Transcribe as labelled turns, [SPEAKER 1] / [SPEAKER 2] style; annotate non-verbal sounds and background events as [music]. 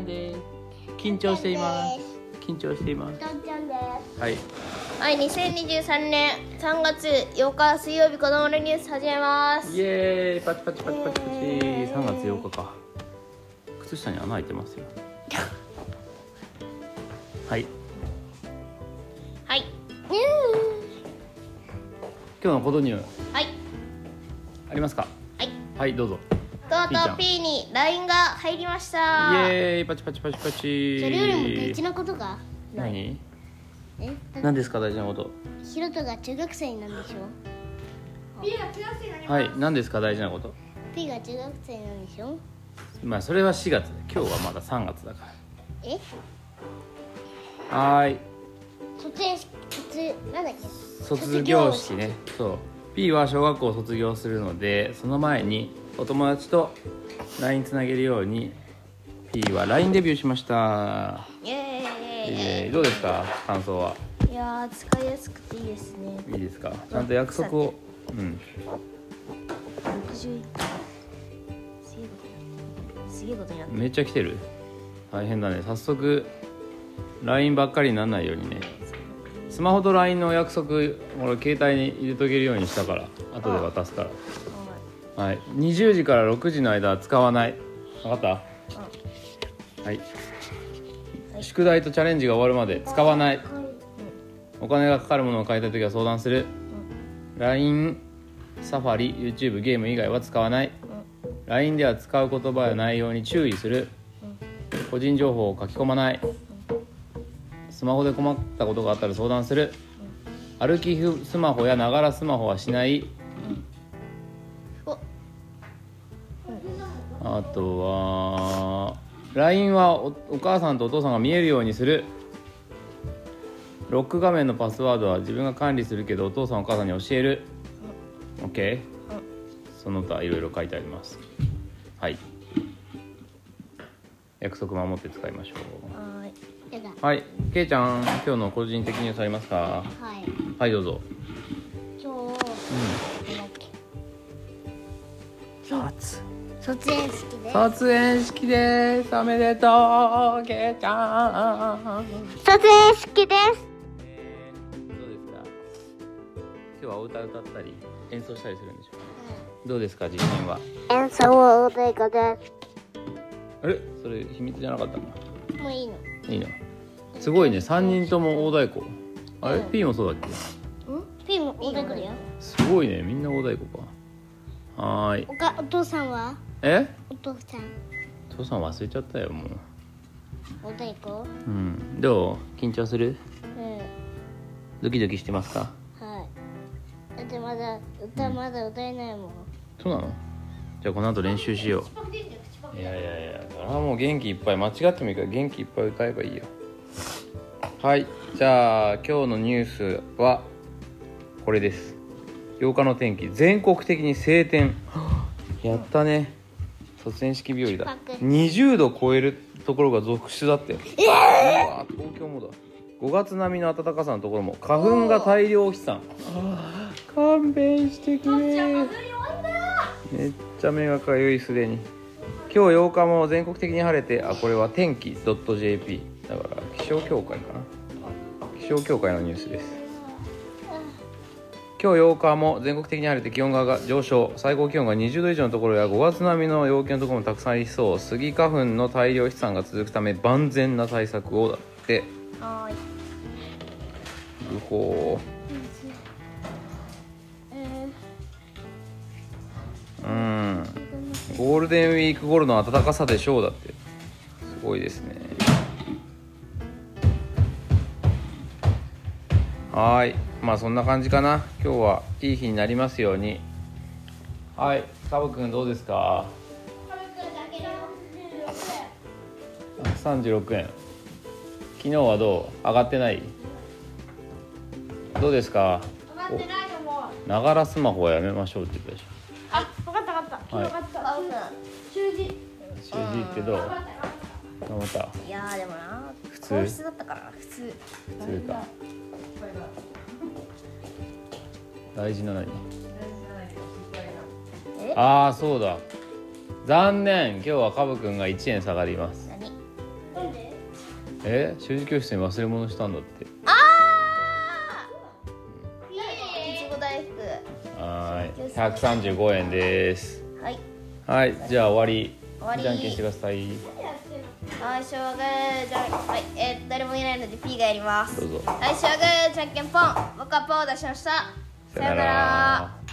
[SPEAKER 1] です緊張しています緊張しています
[SPEAKER 2] とっちゃんです
[SPEAKER 1] はい
[SPEAKER 2] はい、2023年3月8日水曜日子供のニュース始めます
[SPEAKER 1] イエーイパチパチパチパチパチ3月8日か靴下に穴開いてます [laughs] よはい
[SPEAKER 2] はい
[SPEAKER 1] 今日のことニュー
[SPEAKER 2] はい
[SPEAKER 1] ありますか
[SPEAKER 2] はい
[SPEAKER 1] はいどうぞ
[SPEAKER 2] とうとう P に LINE が入りまし
[SPEAKER 1] イエ
[SPEAKER 2] た
[SPEAKER 1] ーイパチパチパチパチ
[SPEAKER 3] それよりも大事なことがない
[SPEAKER 1] 何
[SPEAKER 3] えだっ
[SPEAKER 1] 何ですか大事なこと
[SPEAKER 3] てひろとが中学生になるんでしょ
[SPEAKER 2] P が中学生になり
[SPEAKER 1] はい何ですか大事なこと
[SPEAKER 3] P が中学生になるんでしょ
[SPEAKER 1] まあそれは4月今日はまだ3月だか
[SPEAKER 3] え
[SPEAKER 1] らはーい
[SPEAKER 3] 卒園式卒なんだっけ
[SPEAKER 1] 卒業式ねそう P は小学校を卒業するのでその前にお友達と LINE つなげるように P は LINE デビューしました
[SPEAKER 2] イ
[SPEAKER 1] イ
[SPEAKER 2] エー
[SPEAKER 1] エーイどうですか感想は
[SPEAKER 2] イいやー使いやすくていいですね
[SPEAKER 1] いいですかちゃんと約束をうん
[SPEAKER 2] 61すげえことすげえことになっ
[SPEAKER 1] めっちゃ来てる大変だね早速 LINE ばっかりにならないようにねスマホと LINE の約束俺携帯に入れとけるようにしたから後で渡すからはい、20時から6時の間は使わない分かったはい宿題とチャレンジが終わるまで使わないお金がかかるものを買いたい時は相談する LINE サファリ YouTube ゲーム以外は使わない LINE では使う言葉や内容に注意する個人情報を書き込まないスマホで困ったことがあったら相談する歩きスマホやながらスマホはしないあとは LINE はおお母さんとお父さんが見えるようにするロック画面のパスワードは自分が管理するけどお父さんお母さんに教える OK その他いろいろ書いてありますはい約束守って使いましょ
[SPEAKER 2] たはい
[SPEAKER 3] やだ
[SPEAKER 1] うはいけいちゃん今日の個人的ニュースありますか
[SPEAKER 3] はい
[SPEAKER 1] はいどうぞ
[SPEAKER 3] 今日、なんだっけ卒園式で
[SPEAKER 1] 卒園式ですおめでとうけいちゃん
[SPEAKER 3] 卒園式です
[SPEAKER 1] どうですか今日はお歌歌ったり演奏したりするんでしょうか、どうですか実験は
[SPEAKER 3] 演奏をお願いで
[SPEAKER 1] あれそれ秘密じゃなかったの
[SPEAKER 3] すもういいの
[SPEAKER 1] いいなすごいね3人とも大太鼓あれ、P もそうだっけ
[SPEAKER 3] ん P もお願いだよ
[SPEAKER 1] すごいねみんな大太鼓かはーい
[SPEAKER 3] おかお父さんは
[SPEAKER 1] え
[SPEAKER 3] お父さん
[SPEAKER 1] 父さん忘れちゃったよもう
[SPEAKER 3] お太鼓
[SPEAKER 1] うんどう緊張する
[SPEAKER 3] うん
[SPEAKER 1] ドキドキしてますか
[SPEAKER 3] はい。だってまだ歌まだ歌えないもん。
[SPEAKER 1] そうなのじゃあこの後練習しよういやいやいやそれはもう元気いっぱい間違ってもいいから元気いっぱい歌えばいいよはいじゃあ今日のニュースはこれです8日の天気全国的に晴天やったね卒園式日和だ
[SPEAKER 3] パク
[SPEAKER 1] 20度超えるところが続出だってうわー東京もだ5月並みの暖かさのところも花粉が大量飛散勘弁してくれめっちゃ目がかゆいすでに今日8日も全国的に晴れてあこれは天気 .jp だから気象協会かな気象協会のニュースです今日8日も全国的に晴れて気温が上昇最高気温が20度以上のところや5月並みの陽気のところもたくさんありそうスギ花粉の大量飛散が続くため万全な対策をだって
[SPEAKER 2] はーい
[SPEAKER 1] うほ
[SPEAKER 3] 嗯
[SPEAKER 1] ううんゴールデンウィーク頃の暖かさでしょうだってすごいですねはーいまあそんな感じかな今日はいい日になりますようにはいカブくんどうですか136円昨日はどう上がってないどうですか
[SPEAKER 2] ないよもう
[SPEAKER 1] おながらスマホはやめましょうって言ったでし
[SPEAKER 2] あ分かった分かった
[SPEAKER 1] ょはい
[SPEAKER 2] 習字
[SPEAKER 1] 習字ってどう頑張った
[SPEAKER 2] いやーでもな
[SPEAKER 1] 普
[SPEAKER 2] 皇室
[SPEAKER 1] 通
[SPEAKER 2] だったから普通
[SPEAKER 1] 普通か大事な何
[SPEAKER 2] え
[SPEAKER 1] ああそうだ残念今日はカブくんが1円下がります
[SPEAKER 2] 何
[SPEAKER 1] え習字教室に忘れ物したんだって
[SPEAKER 2] いちご大福
[SPEAKER 1] はーい135円です
[SPEAKER 2] はい
[SPEAKER 1] はいじゃあ終わり
[SPEAKER 2] 終わり
[SPEAKER 1] じゃんけんしてください
[SPEAKER 2] 最初はグーじゃんはいえー誰もいないので P がやります
[SPEAKER 1] どうぞ
[SPEAKER 2] 最初はグーじゃんけんポン僕はポーを出しました
[SPEAKER 1] さよなら